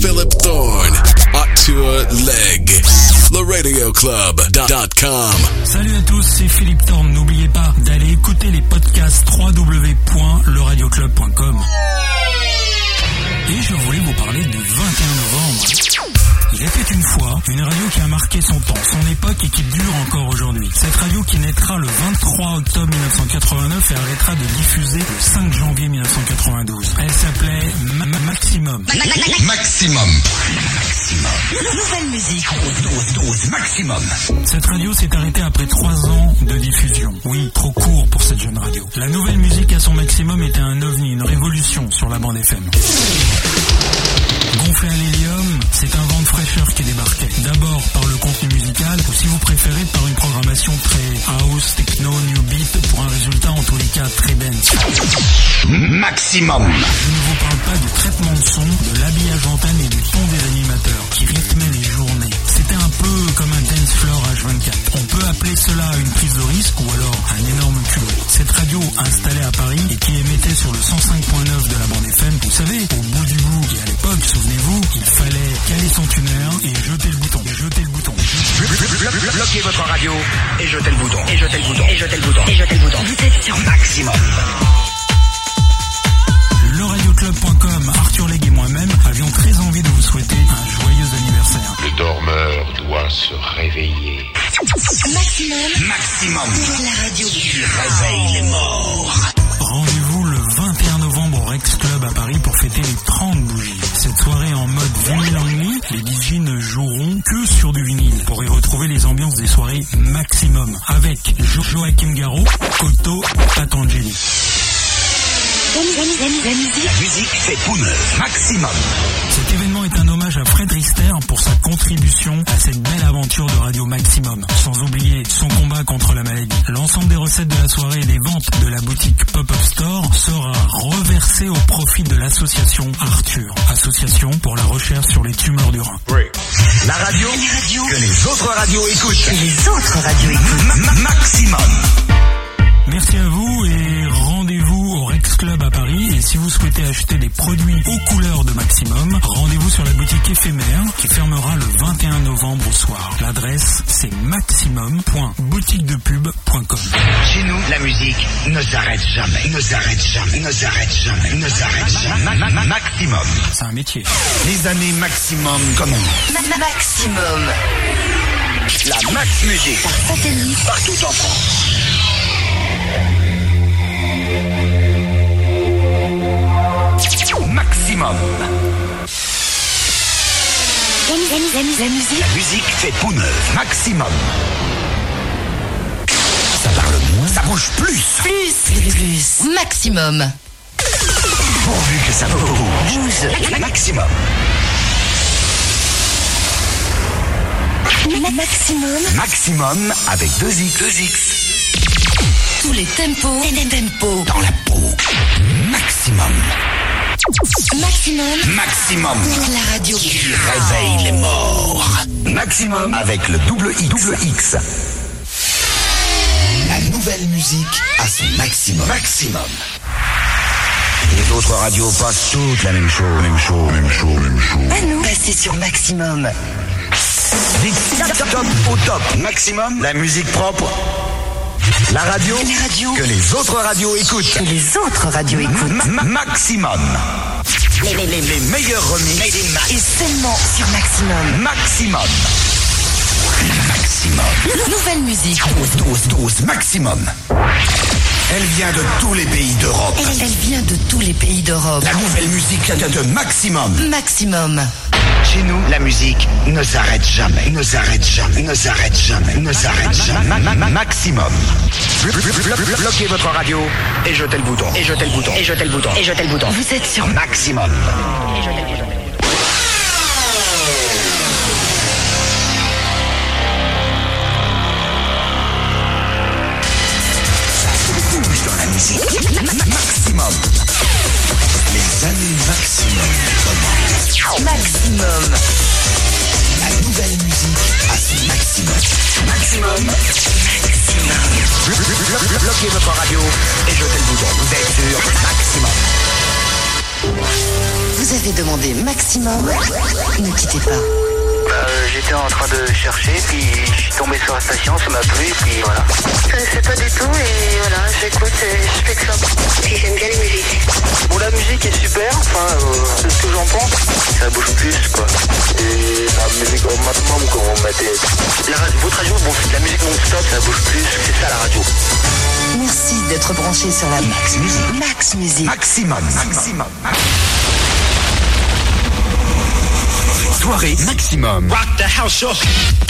Philip Thorne, Octua Leg, theradioclub.com. Salut à tous, c'est Philippe Thorne. N'oubliez pas d'aller écouter les podcasts www.leradioclub.com. Et je voulais vous parler du 21 novembre. Il était une fois une radio qui a marqué son temps, son époque et qui dure encore aujourd'hui. Cette radio qui naîtra le 23 octobre 1989 et arrêtera de diffuser le 5 janvier 1992. Elle s'appelait Ma- Ma- Maximum. Maximum. Nouvelle musique. Dose, dose, dose, maximum. Cette radio s'est arrêtée après trois ans de diffusion. Oui, trop court pour cette jeune radio. La nouvelle musique à son maximum était un ovni, une révolution sur la bande FM. Gonflé à l'hélium, c'est un vent de fraîcheur qui débarquait. D'abord par le contenu musical, ou si vous préférez par une programmation très house, techno, new beat, pour un résultat en tous les cas très dense. Maximum. Je ne vous parle pas du traitement de son, de l'habillage en et du ton des animateurs qui rythmaient les journées. C'était un peu comme un dance floor H24. On peut appeler cela une prise de risque ou alors un énorme culot. Cette radio installée à Paris et qui émettait sur le 105.9 de la bande FM, vous savez, au bout du bout, et à l'époque, souvenez-vous, il fallait caler son tuner et jeter le bouton, et jeter le bouton. Bloquez votre radio et jetez le bouton. Et jetez le bouton. Et jetez le bouton. Et jetez le bouton. Vous êtes sur Maximum. Le radioclub.com, Arthur Legge et moi-même avions très envie de vous souhaiter un joyeux anniversaire. Le dormeur doit se réveiller. Maximum. Maximum. C'est la radio qui Réveille les morts. Rendez-vous le 21 novembre au Rex Club à Paris pour fêter les 30 bougies. Cette soirée en mode vinyle only, les DJ ne joueront que sur du vinyle pour y retrouver les ambiances des soirées maximum avec Jo- Joachim Garraud, Koto, Patangeli. La mu- la mu- la mu- la musique. Musique fait poumeur. Maximum. Cet événement est un hommage à Fred Rister pour sa contribution à cette belle aventure de Radio Maximum. Sans oublier son combat contre la maladie. L'ensemble des recettes de la soirée et des ventes de la boutique Pop-Up Store sera reversé au profit de l'association Arthur, association pour la recherche sur les tumeurs du rein. La radio que les autres radios écoutent. Les autres radios écoutent. Ma- ma- maximum. Merci à vous et rendez-vous au Rex Club à Paris. Et si vous souhaitez acheter des produits aux couleurs de Maximum, rendez-vous sur la boutique éphémère qui fermera le 21 novembre au soir. L'adresse c'est maximum.boutiquedepub.com. Chez nous, la musique ne s'arrête jamais. Ne s'arrête jamais. Ne s'arrête jamais. Ne s'arrête jamais. Ma- ma- ma- maximum. C'est un métier. Les années maximum commencent. Ma- ma- Maximum. La Max Musique. Par satellite. Partout en France. Maximum. La mu- la mu- la mu- la musique. Musique fait peau neuve. Maximum. Ça parle moins. Ça bouge plus. Plus. Plus. Plus. Maximum. Pourvu que ça bouge. Maximum. Ma- Maximum. Maximum avec deux X. Deux X. Tous les tempos. Les tempos. Dans la peau. Maximum. Maximum. Maximum. La radio qui Réveille les morts. Maximum avec le double X. Double X. La nouvelle musique à son maximum. Maximum. Les autres radios passent toutes la même chose. Même chose, même chose, même chose. À nous. Passez sur Maximum. Des top au top. Maximum. La musique propre. La radio. La radio. Que les autres radios écoutent. Que les autres radios écoutent. Ma- ma- maximum. Les, les- les- les meilleurs remix. Et seulement sur Maximum. Maximum. Maximum. Nouvelle musique. Dose, dose, dose, maximum. Elle vient de tous les pays d'Europe. Elle, elle vient de tous les pays d'Europe. La nouvelle musique vient de maximum. Maximum. Chez nous, la musique ne s'arrête jamais, ne s'arrête jamais, ne s'arrête jamais, ne s'arrête jamais. Maximum. Bloquez votre radio et jetez le bouton. Et jetez le bouton. Et jetez le bouton. Et jetez le bouton. Vous êtes sur Maximum. Ça bouge dans la musique. Maximum. Les années maximum. Maximum. La nouvelle musique à son maximum. Maximum. Maximum. Bloquez votre radio et jetez le bouton. Vous êtes sur maximum. Vous avez demandé maximum. Ne quittez pas. Euh, J'étais en train de chercher, puis je suis tombé sur la station, ça m'a plu, puis voilà. Je connaissais Euh, pas du tout et voilà, j'écoute et je fais que ça. Puis j'aime bien les musiques. Bon, la musique est super, enfin, euh, c'est ce que j'en pense. Ça bouge plus, quoi. Et la musique au maximum quand on mettait... La, ra- votre radio, bon, c'est de la musique non-stop, ça bouge plus, c'est ça la radio. Merci d'être branché sur la Max Musique. Max Music. Maximum. Maximum. Soirée maximum. Rock the house, yo.